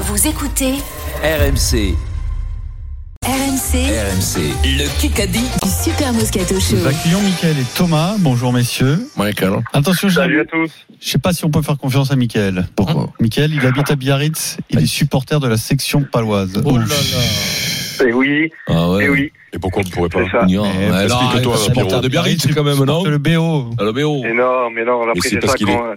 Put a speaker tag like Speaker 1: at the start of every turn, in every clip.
Speaker 1: Vous écoutez
Speaker 2: RMC,
Speaker 1: RMC
Speaker 2: RMC, le Kikadi.
Speaker 1: du Super Moscato Show.
Speaker 3: Nous accueillons Mickaël et Thomas. Bonjour messieurs.
Speaker 4: Michael.
Speaker 3: Attention, je
Speaker 5: Salut
Speaker 3: ne
Speaker 5: à tous.
Speaker 3: sais pas si on peut faire confiance à Mickaël.
Speaker 4: Pourquoi
Speaker 3: Mickaël, il habite à Biarritz. Il est supporter de la section paloise.
Speaker 4: Oh
Speaker 5: Et Eh oui,
Speaker 4: Ah ouais.
Speaker 5: et oui,
Speaker 6: Et pourquoi on ne pourrait pas
Speaker 5: c'est ça.
Speaker 4: Ignorant.
Speaker 3: Eh,
Speaker 4: Ouais,
Speaker 3: parce
Speaker 4: non,
Speaker 6: que toi,
Speaker 4: un supporter
Speaker 6: Pierrot.
Speaker 4: de Biarritz quand même, non
Speaker 3: Le BO.
Speaker 4: Ah, Le BO.
Speaker 5: Et non, mais non, on a
Speaker 6: Mais
Speaker 5: pris
Speaker 6: c'est
Speaker 5: c'est
Speaker 6: parce
Speaker 5: ça
Speaker 6: qu'il
Speaker 5: quand. euh,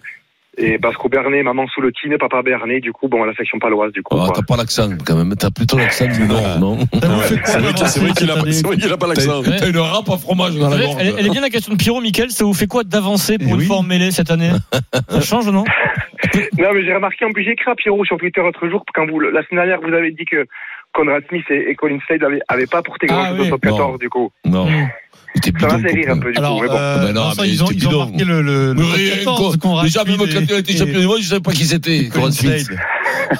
Speaker 5: Et parce qu'au Bernay, maman sous le tine, papa Bernay, du coup, bon, la section paloise, du coup.
Speaker 4: Ah,
Speaker 5: quoi.
Speaker 4: t'as pas l'accent quand même, t'as plutôt l'accent du Nord, non
Speaker 3: Ça vous fait quoi
Speaker 6: C'est vrai qu'il- c'est vrai qu'il a,
Speaker 3: d'avancer
Speaker 6: c'est
Speaker 3: cette année
Speaker 6: vrai qu'il a pas l'accent.
Speaker 7: T'as
Speaker 4: une râpe à fromage
Speaker 7: Elle, elle- elle est bien la question de Pierrot, Michael. Ça vous fait quoi d'avancer
Speaker 3: Eh
Speaker 7: pour une
Speaker 3: oui.
Speaker 7: fois en mêlée cette année Ça change, non
Speaker 5: Non, mais j'ai remarqué, en plus, j'ai écrit à Pierrot sur Twitter l'autre jour, quand vous, la semaine dernière, vous avez dit que Conrad Smith et, et Colin Slade avaient, avaient pas porté grand
Speaker 7: Ah
Speaker 5: chose
Speaker 7: oui.
Speaker 5: au top
Speaker 4: Non.
Speaker 5: 14, du coup.
Speaker 4: Non.
Speaker 7: Hmm.
Speaker 4: Il était
Speaker 5: Ça m'a
Speaker 4: bidon.
Speaker 5: fait rire un peu, du
Speaker 3: Alors,
Speaker 5: coup, mais bon.
Speaker 3: euh,
Speaker 4: Ben non,
Speaker 3: Vincent,
Speaker 4: mais
Speaker 3: ils ont,
Speaker 4: c'était
Speaker 3: ils ont
Speaker 4: bidon.
Speaker 3: marqué le, le, le
Speaker 4: Mais rien,
Speaker 3: 14
Speaker 4: quoi.
Speaker 3: qu'on raconte.
Speaker 4: Déjà, même quand il a été champion du monde, je savais pas qui c'était. Colin Slade.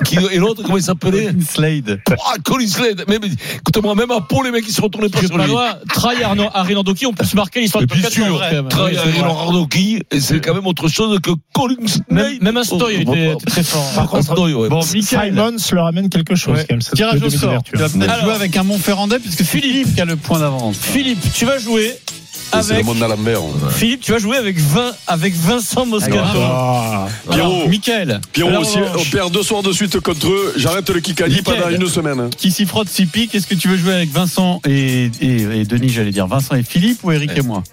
Speaker 4: Qui- Et l'autre, comment il s'appelait
Speaker 3: Slade.
Speaker 4: Ah, Colin Slade. Mais, mais, Écoute-moi, même à Pau, les mecs, ils se retournaient pas
Speaker 7: Parce que
Speaker 4: sur lui.
Speaker 7: Palois, Trahi Arno- à Rinandoki, on peut se marquer l'histoire de
Speaker 4: Mais bien
Speaker 7: Palois,
Speaker 4: sûr,
Speaker 7: quand même.
Speaker 4: Travail
Speaker 7: Ouais,
Speaker 4: avec
Speaker 7: c'est vrai.
Speaker 4: Leonardo Key, et c'est quand même autre chose que Colin
Speaker 7: Même,
Speaker 4: Slade.
Speaker 7: même un Stoy
Speaker 4: Oh,
Speaker 7: était,
Speaker 4: bon,
Speaker 7: était très fort.
Speaker 4: Par contre, Stoy, ouais.
Speaker 3: Bon, Michael.
Speaker 8: Simons leur amène quelque chose.
Speaker 3: Ouais.
Speaker 8: quand même. Ça,
Speaker 3: Tirage
Speaker 8: le
Speaker 3: au
Speaker 8: demi
Speaker 3: sort. Tu
Speaker 8: d'ouverture.
Speaker 3: vas peut-être
Speaker 7: Alors.
Speaker 3: jouer avec un Montferrandais puisque c'est Philippe qui a le point d'avance.
Speaker 7: Philippe, tu vas jouer
Speaker 6: C'est le
Speaker 7: avec
Speaker 6: monde à l'envers.
Speaker 7: Philippe, tu vas jouer avec 20 avec Vincent Moscato.
Speaker 8: Ah.
Speaker 3: Alors,
Speaker 6: Pierrot.
Speaker 3: Michael,
Speaker 6: Pierrot
Speaker 3: Alors,
Speaker 6: aussi,
Speaker 3: on-
Speaker 6: on perd deux soirs de suite contre eux. J'arrête le Kikadi
Speaker 3: Nickel.
Speaker 6: pendant une semaine.
Speaker 3: qui s'y frotte, s'y pique. Est-ce que tu veux jouer avec Vincent et, et, et Denis, j'allais dire Vincent et Philippe ou Eric et moi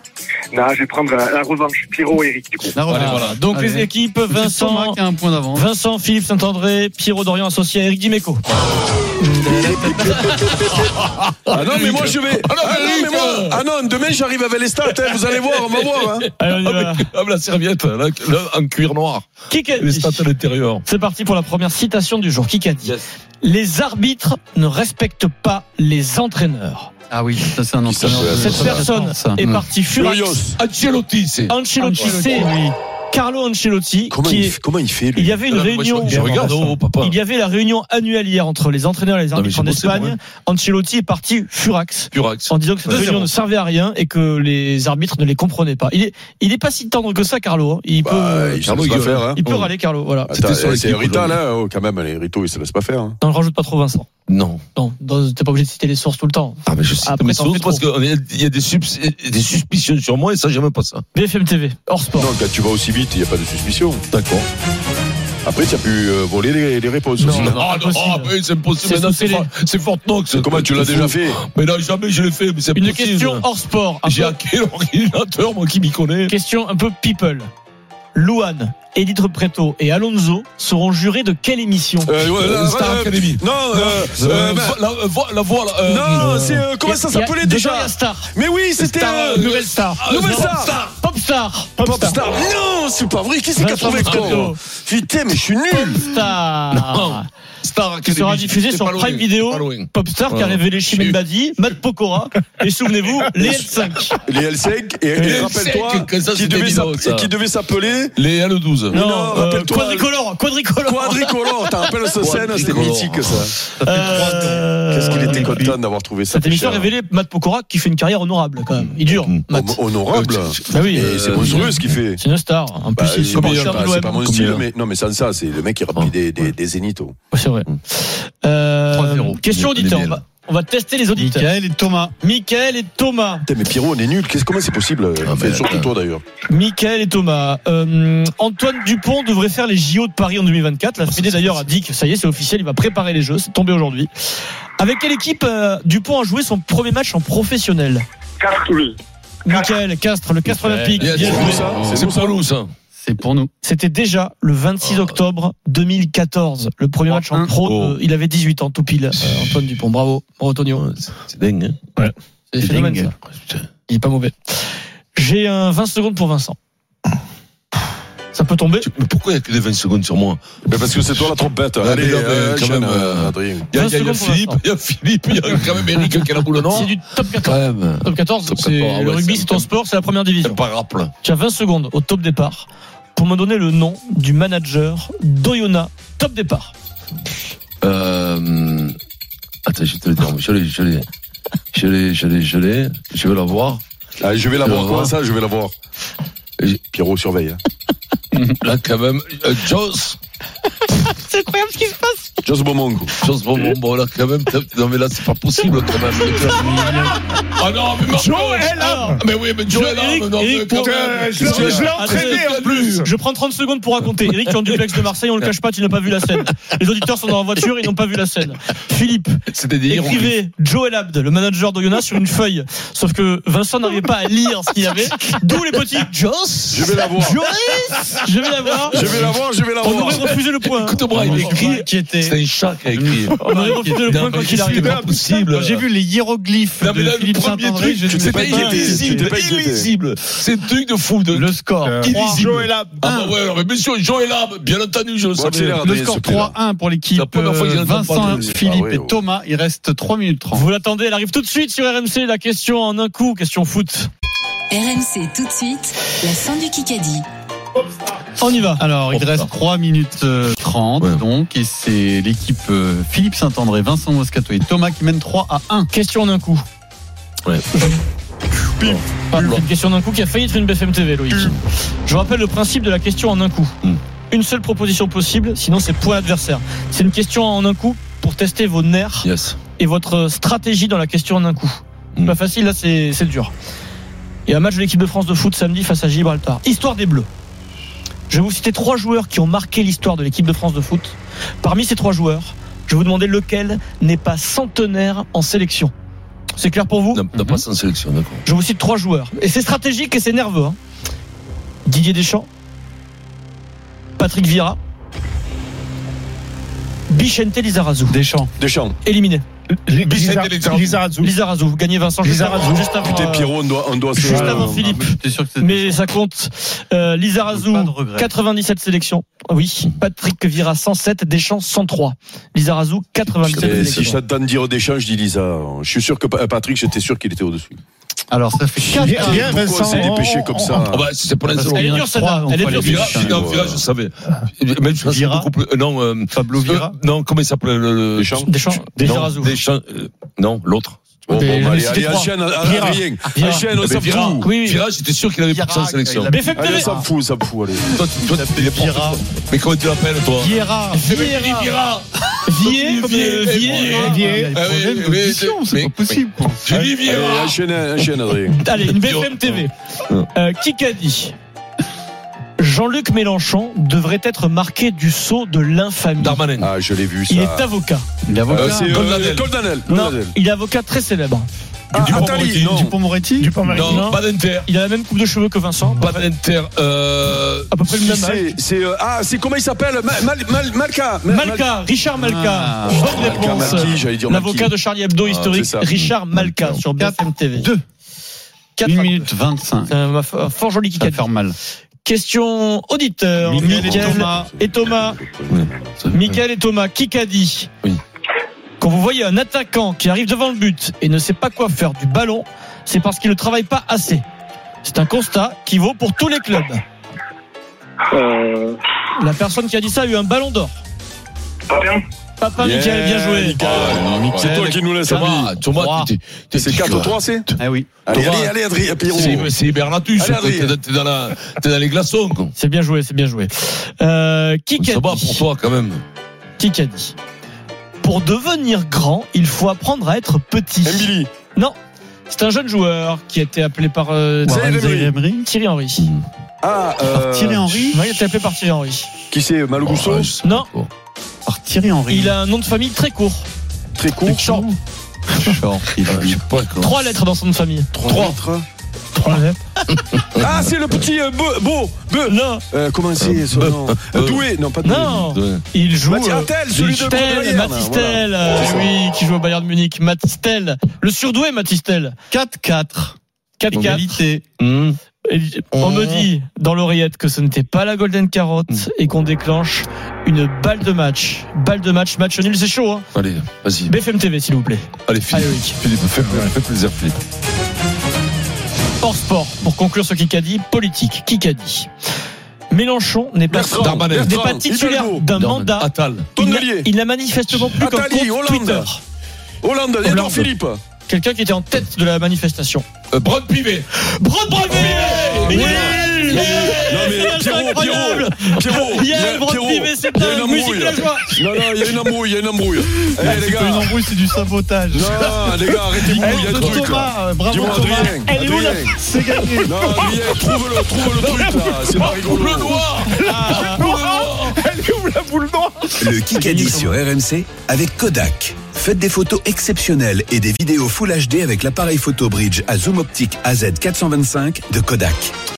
Speaker 5: Non, je vais prendre la, la revanche Pierrot et Eric, du coup.
Speaker 3: La
Speaker 7: Voilà.
Speaker 3: revanche.
Speaker 7: Donc
Speaker 3: Allez.
Speaker 7: les équipes
Speaker 3: C'est Thomas
Speaker 7: Vincent,
Speaker 3: qui a un point d'avance.
Speaker 7: Vincent, Philippe Saint-André, Pierrot Dorian associé à Eric Dimeco.
Speaker 6: Ah non, mais moi je vais. Ah non,
Speaker 4: Ah,
Speaker 6: mais
Speaker 4: Eric,
Speaker 6: moi. Ah non, demain j'arrive avec les stats. hein. Vous allez voir, on va voir. hein.
Speaker 7: Allez, on y va.
Speaker 4: Avec, avec la serviette, là, là, en cuir noir. Les
Speaker 7: Kikadi.
Speaker 4: stats à l'intérieur.
Speaker 7: C'est parti pour la première citation du jour. Kikadi. Les arbitres ne respectent pas les entraîneurs.
Speaker 3: Ah oui, ça c'est un entraîneur.
Speaker 6: s'appelle-
Speaker 3: de-
Speaker 7: Cette
Speaker 3: de-
Speaker 7: personne
Speaker 3: Euh, ça.
Speaker 7: est
Speaker 3: Mm.
Speaker 7: partie furax.
Speaker 6: Furios.
Speaker 4: Ancelotti, c'est.
Speaker 7: Ancelotti, c'est Carlo Ancelotti
Speaker 6: Comment,
Speaker 7: qui
Speaker 6: il,
Speaker 7: est-
Speaker 6: fait- comment il fait lui
Speaker 7: Il y avait une
Speaker 4: Là, moi, je-
Speaker 7: réunion.
Speaker 4: Je regarde, oh, papa.
Speaker 7: Il y avait la réunion annuelle hier entre les entraîneurs et les
Speaker 4: Non, mais
Speaker 7: arbitres en
Speaker 4: j'ai bossé, moi,
Speaker 7: Espagne. Ancelotti est parti furax
Speaker 4: Furax.
Speaker 7: en disant que cette
Speaker 4: 2-0.
Speaker 7: réunion ne servait à rien et que les arbitres ne les comprenaient pas. Il est, il est pas si tendre que ça, Carlo. hein. Il peut,
Speaker 6: Bah, Il se
Speaker 4: Carlo,
Speaker 6: laisse pas
Speaker 4: il gueule.
Speaker 6: faire. hein.
Speaker 7: il peut râler, Carlo. Voilà.
Speaker 6: Attends,
Speaker 4: C'était sur
Speaker 6: eh,
Speaker 4: l'équipe
Speaker 6: C'est Rita
Speaker 4: aujourd'hui.
Speaker 6: là, oh, quand même. Les Rito, il se laisse pas faire. hein.
Speaker 7: T'en rajoute pas trop, Vincent.
Speaker 4: Non.
Speaker 7: Non, non, t'es pas obligé de citer les sources tout le temps.
Speaker 4: Ah, mais je sais
Speaker 7: Après,
Speaker 4: mes
Speaker 7: t'en
Speaker 4: sources
Speaker 7: fais
Speaker 4: parce qu'il y a des, subs- des suspicions sur moi et ça, j'aime pas ça.
Speaker 7: BFM TV, hors sport.
Speaker 6: Non, quand tu vas aussi vite, il n'y a pas de suspicion.
Speaker 4: D'accord.
Speaker 6: Après, tu as pu euh, voler les, les réponses. aussi.
Speaker 7: non,
Speaker 4: Ah, non,
Speaker 7: pas possible.
Speaker 4: ah, mais c'est impossible.
Speaker 7: C'est
Speaker 4: Maintenant,
Speaker 7: sous
Speaker 4: C'est
Speaker 7: télé.
Speaker 4: Fort- c'est Fort Knox.
Speaker 6: Comment tu l'as déjà fait
Speaker 4: Mais là, jamais je l'ai fait, mais c'est
Speaker 7: Une
Speaker 4: possible.
Speaker 7: question hors sport. Un
Speaker 4: J'ai
Speaker 7: peu-
Speaker 4: hacké l'ordinateur, moi qui m'y connais.
Speaker 7: question un peu people. Louane, Edith Preto et Alonso seront jurés de quelle émission
Speaker 6: Euh, ouais, là,
Speaker 4: Star
Speaker 6: euh,
Speaker 4: Academy.
Speaker 6: Non, euh, euh,
Speaker 4: Euh,
Speaker 6: bah,
Speaker 4: la, la voix, la voix, là, euh,
Speaker 6: non, c'est euh, comment ça
Speaker 7: Il y a-
Speaker 6: s'appelait
Speaker 7: il y
Speaker 6: déjà
Speaker 7: a Star,
Speaker 6: Mais oui, c'était
Speaker 4: Star,
Speaker 6: euh,
Speaker 4: euh,
Speaker 7: Nouvelle Star,
Speaker 4: Ah,
Speaker 6: Nouvelle
Speaker 4: non,
Speaker 6: Star.
Speaker 7: Popstar,
Speaker 6: Popstar. Non, c'est pas vrai. Qui c'est qui a
Speaker 7: Vincent
Speaker 6: trouvé con
Speaker 7: Moscato.
Speaker 6: Putain, mais je suis nul.
Speaker 4: Non.
Speaker 7: Popstar.
Speaker 4: Star
Speaker 7: Qui
Speaker 4: Academy.
Speaker 7: sera diffusé
Speaker 4: C'est
Speaker 7: sur
Speaker 4: pas loin,
Speaker 7: Prime
Speaker 4: c'est pas
Speaker 7: Video.
Speaker 4: loin.
Speaker 7: Popstar qui a
Speaker 4: Ouais.
Speaker 7: révélé Chimène Badi, Matt Pokora et souvenez-vous les L5.
Speaker 6: Les L5 et, et
Speaker 4: Les
Speaker 6: rappelle-toi
Speaker 4: L5, que ça,
Speaker 6: qui,
Speaker 4: c'était
Speaker 6: devait
Speaker 4: Milo,
Speaker 6: s'app-
Speaker 4: ça.
Speaker 6: qui devait s'appeler
Speaker 4: Les L12.
Speaker 6: Mais non,
Speaker 7: euh,
Speaker 6: rappelle-toi-
Speaker 7: quadricolore, quadricolore.
Speaker 6: Quadricolore. T'as rappelles cette scène C'était
Speaker 4: Quadricolore.
Speaker 6: mythique ça.
Speaker 7: Euh,
Speaker 6: Qu'est-ce qu'il était content d'avoir trouvé ça
Speaker 7: Cette émission a
Speaker 6: cher.
Speaker 7: révélé Matt Pokora qui fait une carrière honorable quand même. Il dure, Matt.
Speaker 6: hein. Hon- Honorable.
Speaker 3: Bah
Speaker 7: Ah oui,
Speaker 6: Et c'est
Speaker 7: euh,
Speaker 6: monstrueux ce qu'il fait.
Speaker 7: c'est une star. En
Speaker 6: Bah,
Speaker 7: plus, il est
Speaker 6: c'est pas,
Speaker 7: supporter
Speaker 6: c'est
Speaker 7: de
Speaker 6: pas-
Speaker 7: l'OM.
Speaker 6: c'est pas mon
Speaker 4: Combien
Speaker 6: style, mais non, mais sans ça, c'est le mec qui remplit des, des, oh. des zénithos.
Speaker 7: Ouais, C'est vrai.
Speaker 6: Mm.
Speaker 7: Euh,
Speaker 3: 3-0.
Speaker 7: question
Speaker 4: Les-
Speaker 7: auditeur.
Speaker 4: les
Speaker 7: On va- On va tester les auditeurs.
Speaker 3: Michael et Thomas.
Speaker 7: Michael et Thomas.
Speaker 6: Putain, mais Pierrot, on est nul. Qu'est-ce, comment c'est possible euh,
Speaker 4: Ah,
Speaker 6: Enfin,
Speaker 4: mais-
Speaker 6: Surtout toi d'ailleurs.
Speaker 7: Michael et Thomas. Euh, Antoine Dupont devrait faire les JO de Paris en 2024. La
Speaker 6: Ah,
Speaker 7: Fédé d'ailleurs a dit que ça y est, c'est officiel, il va préparer les Jeux. C'est tombé aujourd'hui. Avec quelle équipe euh, Dupont a joué son premier match en professionnel
Speaker 5: Quatre Toulouse.
Speaker 7: Michael Castres, le Castres Olympique.
Speaker 4: Yes.
Speaker 7: Bien
Speaker 4: Eh, C'est
Speaker 7: joué.
Speaker 4: nous,
Speaker 6: ça
Speaker 4: C'est hein. pour nous, ça.
Speaker 3: C'est pour nous.
Speaker 7: C'était déjà le 26 octobre 2014, le premier match en pro.
Speaker 4: Oh.
Speaker 7: euh, il avait 18 ans tout pile, euh, Antoine Dupont. Bravo, bravo Tonio.
Speaker 4: C'est dingue. hein.
Speaker 7: C'est
Speaker 3: C'est
Speaker 7: phénomène,
Speaker 3: dingue.
Speaker 7: ça. Il est pas mauvais. J'ai un 20 secondes pour Vincent. Ça peut tomber.
Speaker 4: Tu- Mais pourquoi il n'y a que des 20 secondes sur moi
Speaker 6: Mais parce que c'est toi la trompette.
Speaker 4: Ouais,
Speaker 6: Allez,
Speaker 4: mais non, mais
Speaker 6: euh,
Speaker 4: quand
Speaker 6: enchaîne,
Speaker 4: même, euh, Il
Speaker 6: Adrien.
Speaker 4: y a,
Speaker 7: 20
Speaker 4: il y a- il y a
Speaker 7: secondes pour
Speaker 4: Philippe,
Speaker 7: l'instant.
Speaker 4: il y a Philippe, il y a quand même Eric qui a la boule noire.
Speaker 7: C'est du top 14.
Speaker 4: quand même.
Speaker 7: Top 14,
Speaker 4: Top
Speaker 7: c'est
Speaker 4: 14,
Speaker 7: le
Speaker 4: ouais,
Speaker 7: rugby,
Speaker 4: c'est
Speaker 7: c'est ton
Speaker 4: un-
Speaker 7: sport, c'est la première division.
Speaker 4: C'est pas grave.
Speaker 7: Tu as 20 secondes au top départ pour me donner le nom du manager d'Oyonnax. Top départ.
Speaker 8: Euh... Attends, je vais te le dire, mais je l'ai, je l'ai. Je l'ai, je l'ai, je l'ai. Je vais la voir.
Speaker 6: Allez, je vais la
Speaker 8: Tu vas
Speaker 6: voir. Comment
Speaker 8: voir.
Speaker 6: ça, je vais la voir
Speaker 8: Et-
Speaker 6: Pierrot surveille. hein.
Speaker 8: Là, quand même, euh, Joss,
Speaker 7: C'est incroyable ce qui se passe.
Speaker 6: Joss Beaumont.
Speaker 8: Joss bon, bon, bon, là, quand même, t'as- non, mais là, c'est pas possible, quand même.
Speaker 4: Ah non, mais Marco
Speaker 7: Joël Ham.
Speaker 4: Ah Mais oui, mais Joël
Speaker 7: Eric,
Speaker 4: Ham, non,
Speaker 7: Eric,
Speaker 4: mais
Speaker 7: pour-
Speaker 4: quand
Speaker 7: Euh,
Speaker 4: même
Speaker 7: je l'ai-
Speaker 4: Qu'est-ce que-
Speaker 7: je l'ai entraîné,
Speaker 4: Attends,
Speaker 7: en Je prends 30 secondes pour raconter. Eric, tu es en duplex de Marseille, on le cache pas, tu n'as pas vu la scène. Les auditeurs sont dans la voiture, ils n'ont pas vu la scène. Philippe,
Speaker 4: C'était des héros.
Speaker 7: écrivez Joel Abd, le manager d'Oyonnax, sur une feuille. Sauf que Vincent n'arrivait pas à lire ce qu'il y avait. D'où les petits Joss.
Speaker 6: Je vais la voir.
Speaker 7: Joyce. Je vais la voir.
Speaker 6: Je vais la voir, je vais la
Speaker 7: On
Speaker 6: voir.
Speaker 7: aurait refusé le point.
Speaker 4: Écoute-moi, il écrit. C'est un chat qui a écrit.
Speaker 7: On aurait refusé le point
Speaker 4: Non,
Speaker 7: quand
Speaker 4: mais
Speaker 7: il
Speaker 4: c'est
Speaker 7: arrive.
Speaker 4: pas possible.
Speaker 3: Quand J'ai vu les hiéroglyphes
Speaker 4: Non, mais
Speaker 3: de
Speaker 4: là, le
Speaker 3: Philippe
Speaker 4: premier
Speaker 3: Saint-André.
Speaker 4: truc,
Speaker 3: je ne
Speaker 4: c'était
Speaker 3: sais pas
Speaker 4: illisible,
Speaker 6: t'es pas inquiété.
Speaker 4: illisible. C'est un truc de fou, de
Speaker 3: Le score.
Speaker 4: Euh, illisible.
Speaker 3: Joël Ab,
Speaker 4: Ah
Speaker 3: un.
Speaker 4: bah ouais, alors, mais monsieur, Joël Ham, bien entendu, je le
Speaker 6: Bon,
Speaker 4: savais.
Speaker 6: accélère.
Speaker 3: Le
Speaker 6: Adrien,
Speaker 3: score
Speaker 6: s'il te plaît, là.
Speaker 7: Ah,
Speaker 3: 3-1 pour
Speaker 4: C'est
Speaker 3: l'équipe
Speaker 4: la première fois qu'ils
Speaker 3: euh,
Speaker 4: entendent parler
Speaker 3: Vincent,
Speaker 4: de-
Speaker 6: Ah
Speaker 3: Philippe
Speaker 6: ouais,
Speaker 3: et
Speaker 6: ouais.
Speaker 3: Thomas. Il reste 3 minutes 30.
Speaker 7: Vous l'attendez, elle arrive tout de suite sur RMC, la question en un coup, question foot.
Speaker 9: RMC tout de suite, la fin du Kikadi.
Speaker 7: On y va.
Speaker 3: Alors, il
Speaker 4: Oh,
Speaker 3: reste
Speaker 4: putain.
Speaker 3: 3 minutes euh, 30,
Speaker 4: Ouais.
Speaker 3: donc, et c'est l'équipe euh, Philippe Saint-André, Vincent Moscato et Thomas qui mène 3 à 1.
Speaker 7: Question en un coup.
Speaker 4: Ouais.
Speaker 7: Pim. Ah, c'est une question en un coup qui a failli être une BFM TV, Loïc. Je vous rappelle le principe de la question en un coup.
Speaker 4: Hum.
Speaker 7: Une seule proposition possible, sinon c'est point adversaire. C'est une question en un coup pour tester vos nerfs
Speaker 4: Yes.
Speaker 7: et votre stratégie dans la question en un coup.
Speaker 4: Mm.
Speaker 7: Pas facile, là c'est c'est dur. Et un match de l'équipe de France de foot samedi face à Gibraltar. Histoire des Bleus. Je vais vous citer trois joueurs qui ont marqué l'histoire de l'équipe de France de foot. Parmi ces trois joueurs, je vais vous demander lequel n'est pas centenaire en sélection. C'est clair pour vous
Speaker 4: N'a n'a pas sans sélection, d'accord.
Speaker 7: Je vous cite trois joueurs. Et c'est stratégique et c'est nerveux. hein. Didier Deschamps, Patrick Vieira, Bichente Lizarazu.
Speaker 3: Deschamps.
Speaker 6: Deschamps.
Speaker 7: Éliminé.
Speaker 4: Vicente Lizarazu.
Speaker 7: Lizarazu, gagnez Vincent. juste avant- juste avant,
Speaker 6: Putain,
Speaker 7: euh,
Speaker 6: Pierrot, on doit, on doit se.
Speaker 7: Juste avant Philippe.
Speaker 3: J'étais sûr que c'était
Speaker 7: Mais ça compte. Euh, Lizarazu,
Speaker 3: Pas de regret.
Speaker 7: 97 sélections. Ah Oui. Patrick Vira, 107. Deschamps, 103. Lizarazu, 97
Speaker 6: Putain, Eh, si
Speaker 7: sélections.
Speaker 6: j'entends dire Deschamps, je dis Lisa. Je suis sûr que Pa- Patrick, j'étais sûr qu'il était au-dessus.
Speaker 3: Alors, ça fait 4
Speaker 6: Putain, Pourquoi on s'est dépêché comme ça
Speaker 4: Ah bah, c'est pas la
Speaker 3: Parce
Speaker 4: seule.
Speaker 7: Elle
Speaker 3: qu'il
Speaker 7: est
Speaker 3: y en a
Speaker 7: dure,
Speaker 3: trois,
Speaker 7: celle-là.
Speaker 3: on
Speaker 7: Elle est
Speaker 3: fera
Speaker 7: dure,
Speaker 3: les
Speaker 4: Vira,
Speaker 3: Deschamps,
Speaker 4: non,
Speaker 6: ouais.
Speaker 4: Vira, je savais. Même si c'est
Speaker 3: Vira.
Speaker 4: beaucoup plus. Non, euh,
Speaker 3: Pablo Vira.
Speaker 4: euh, non, comment il s'appelait le- le.
Speaker 6: Deschamps.
Speaker 7: Deschamps, Lizarazu.
Speaker 4: Non, Deschamps, euh, non, l'autre.
Speaker 6: Bon, bon,
Speaker 7: Mais
Speaker 6: bah, allez,
Speaker 7: c'était
Speaker 6: allez,
Speaker 7: trois.
Speaker 6: enchaîne,
Speaker 7: Vira.
Speaker 6: Adrien.
Speaker 7: Vira.
Speaker 6: Enchaîne, on
Speaker 4: Mais
Speaker 6: s'en
Speaker 4: Vira,
Speaker 6: fout.
Speaker 7: Oui, oui.
Speaker 4: Vira, j'étais sûr qu'il avait pas sans sélection.
Speaker 3: il a-
Speaker 7: BFM
Speaker 6: Allez, on
Speaker 7: TV.
Speaker 6: s'en fout, on s'en fout, allez.
Speaker 4: Toi, tu- toi, tu-
Speaker 3: Vira.
Speaker 4: Mais comment tu l'appelles, toi Eh
Speaker 3: Vieira.
Speaker 7: Vieira.
Speaker 4: Vira.
Speaker 7: Vier, comme le-
Speaker 4: Vier,
Speaker 7: Vier.
Speaker 3: Il y a des
Speaker 4: Ah oui,
Speaker 3: problèmes
Speaker 4: mais-
Speaker 3: d'audition, c'est
Speaker 4: mais-
Speaker 3: pas possible. quoi.
Speaker 4: J'ai dit
Speaker 6: Allez,
Speaker 4: Vira.
Speaker 6: enchaîne, enchaîne, Adrien.
Speaker 7: Allez, une BFM TV. Euh, qui qu'a dit Jean-Luc Mélenchon devrait être marqué du sceau de l'infamie.
Speaker 4: Darmanin.
Speaker 6: Ah, je l'ai vu, ça.
Speaker 7: Il est avocat.
Speaker 3: Il a
Speaker 6: Euh,
Speaker 3: voté
Speaker 6: c'est euh,
Speaker 4: Goldanel.
Speaker 6: Goldanel.
Speaker 7: Non,
Speaker 6: Goldanel.
Speaker 7: il est avocat très célèbre.
Speaker 6: Ah,
Speaker 4: Dupont-
Speaker 6: Attali,
Speaker 4: Dupont-
Speaker 6: non.
Speaker 3: Dupont-Moretti
Speaker 7: Ah,
Speaker 4: Non, pas d'Inter.
Speaker 7: Il a la même coupe de cheveux que Vincent.
Speaker 4: Pas d'Inter. Euh.
Speaker 7: À peu près le
Speaker 6: Qui
Speaker 7: même âge.
Speaker 6: c'est C'est, euh, ah, c'est comment il s'appelle Mal- Mal- Mal- Malka. Mal-
Speaker 7: Malka, Richard Malka.
Speaker 3: Ah.
Speaker 7: Bonne
Speaker 6: Malka,
Speaker 7: réponse.
Speaker 6: Malki, j'allais dire
Speaker 7: L'avocat
Speaker 6: Malki.
Speaker 7: de Charlie Hebdo
Speaker 6: Ah,
Speaker 7: historique,
Speaker 6: c'est ça.
Speaker 7: Richard Malka sur BFM TV.
Speaker 3: 2.
Speaker 7: 4
Speaker 3: 1 minute 25.
Speaker 7: C'est un un fort joli
Speaker 3: Ça va
Speaker 7: kick
Speaker 3: faire mal.
Speaker 7: Question auditeur.
Speaker 3: Mickaël et
Speaker 7: Mickaël
Speaker 3: Thomas.
Speaker 7: et Thomas. Michael et Thomas, qui qu'a dit
Speaker 4: Oui.
Speaker 7: Quand vous voyez un attaquant qui arrive devant le but et ne sait pas quoi faire du ballon, c'est parce qu'il ne travaille pas assez. C'est un constat qui vaut pour tous les clubs.
Speaker 5: Euh,
Speaker 7: La personne qui a dit ça a eu un ballon d'or.
Speaker 5: pas bien.
Speaker 7: Papa
Speaker 6: Yeah,
Speaker 7: Michael, bien joué.
Speaker 6: Mickaël. C'est toi qui nous laisse
Speaker 4: Thomas, Thomas, tu t'es- t'es-
Speaker 6: C'est
Speaker 4: t'es-
Speaker 6: 4 ou 3, c'est
Speaker 3: Ah oui.
Speaker 6: Allez,
Speaker 4: Thomas.
Speaker 6: allez, allez, Adrien Pierrot.
Speaker 4: C'est c'est Hibernatus.
Speaker 6: Allez, Adrien.
Speaker 4: T'es dans- t'es dans la- t'es dans les glaçons, quoi.
Speaker 7: C'est bien joué, c'est bien joué. Euh, qui qu'a
Speaker 4: Ça va
Speaker 7: dit
Speaker 4: pour toi, quand même.
Speaker 7: Qui qu'a dit Pour devenir grand, il faut apprendre à être petit.
Speaker 6: Mbili.
Speaker 7: Non, c'est un jeune joueur qui a été appelé par euh,
Speaker 6: Zahir
Speaker 3: Warren
Speaker 6: Emery.
Speaker 3: Zahir Emery.
Speaker 7: Thierry Henry.
Speaker 6: Ah,
Speaker 3: Par Thierry
Speaker 6: euh,
Speaker 3: Henry.
Speaker 7: Ouais, il a été appelé par Thierry Henry.
Speaker 6: qui c'est Malogusto
Speaker 4: Oh, je sais
Speaker 7: Non.
Speaker 4: pas.
Speaker 3: Par Thierry Henry.
Speaker 7: Il a un nom de famille très court.
Speaker 6: Très court.
Speaker 7: Short.
Speaker 3: Short, il a
Speaker 4: Je
Speaker 3: dit.
Speaker 4: sais pas, quoi.
Speaker 7: Trois lettres dans son nom de famille.
Speaker 6: Trois.
Speaker 7: Trois lettres.
Speaker 6: Ah, c'est le petit euh, Beau. Beau. Beau.
Speaker 7: Non,
Speaker 6: Euh, Comment c'est son nom
Speaker 4: Euh,
Speaker 6: Doué. Non, pas Doué.
Speaker 7: non.
Speaker 4: Ouais.
Speaker 7: Il joue. euh,
Speaker 6: Mathis Attel, celui de
Speaker 7: Matistel,
Speaker 6: Bayern,
Speaker 7: Matistel, euh,
Speaker 6: C'est ça.
Speaker 7: oui, qui joue au Bayern de Munich. Matistel, le surdoué Matistel.
Speaker 3: 4-4.
Speaker 7: 4-4.
Speaker 3: Égalité.
Speaker 4: Hum.
Speaker 7: Et On me dit dans l'oreillette que ce n'était pas la Golden Carotte et qu'on déclenche une balle de match. Balle de match, match nul, c'est chaud. Hein
Speaker 8: Allez, vas-y.
Speaker 7: BFM TV, s'il vous plaît.
Speaker 8: Allez, Philippe.
Speaker 7: Allez, Loïc.
Speaker 8: Philippe, fais, fais plaisir, Philippe.
Speaker 7: Hors sport, pour conclure ce Kikadi, politique. Kikadi. Mélenchon n'est pas,
Speaker 6: Bertrand,
Speaker 7: n'est
Speaker 6: Bertrand,
Speaker 7: pas titulaire
Speaker 6: Hidalgo,
Speaker 7: d'un
Speaker 8: Dorman,
Speaker 7: mandat.
Speaker 4: Attal.
Speaker 7: Il n'a-
Speaker 6: Tonnelier.
Speaker 7: Il n'a manifestement plus qu'un
Speaker 6: Attali,
Speaker 7: compte
Speaker 6: Hollande.
Speaker 7: Twitter.
Speaker 6: Hollande,
Speaker 7: Hollande.
Speaker 6: Edouard Philippe.
Speaker 7: Quelqu'un qui était en tête de la manifestation.
Speaker 4: Euh, Brod Pivet.
Speaker 7: Brod Brod
Speaker 6: Oui,
Speaker 7: Oui
Speaker 6: oui, oui. Non, mais
Speaker 7: C'est
Speaker 6: Pierrot,
Speaker 7: incroyable
Speaker 6: Pierrot, il y a-
Speaker 7: Yael Brod
Speaker 6: Pierrot,
Speaker 7: Pivet, c'est
Speaker 6: il y a
Speaker 7: un
Speaker 6: une
Speaker 7: musique de la
Speaker 6: embrouille.
Speaker 7: joie
Speaker 6: Non, non, il y a une embrouille, il y a une embrouille. Eh, les
Speaker 3: C'est pas
Speaker 6: gars.
Speaker 3: une embrouille, c'est du sabotage.
Speaker 6: Non, les gars, arrêtez-vous,
Speaker 3: Elle
Speaker 6: il y a
Speaker 3: de
Speaker 6: un truc là.
Speaker 7: Ah,
Speaker 3: Thomas, euh, bravo
Speaker 6: Dis-moi,
Speaker 3: Thomas.
Speaker 6: Adrien.
Speaker 7: Elle est où, la-
Speaker 6: Adrien.
Speaker 3: C'est gagné.
Speaker 6: Non, Adrien, trouve-le, trouve-le truc là. C'est pas rigolo.
Speaker 4: Le noir.
Speaker 2: Le Kikadi sur RMC avec Kodak. Faites des photos exceptionnelles et des vidéos Full HD avec l'appareil photo bridge à zoom optique AZ425 de Kodak.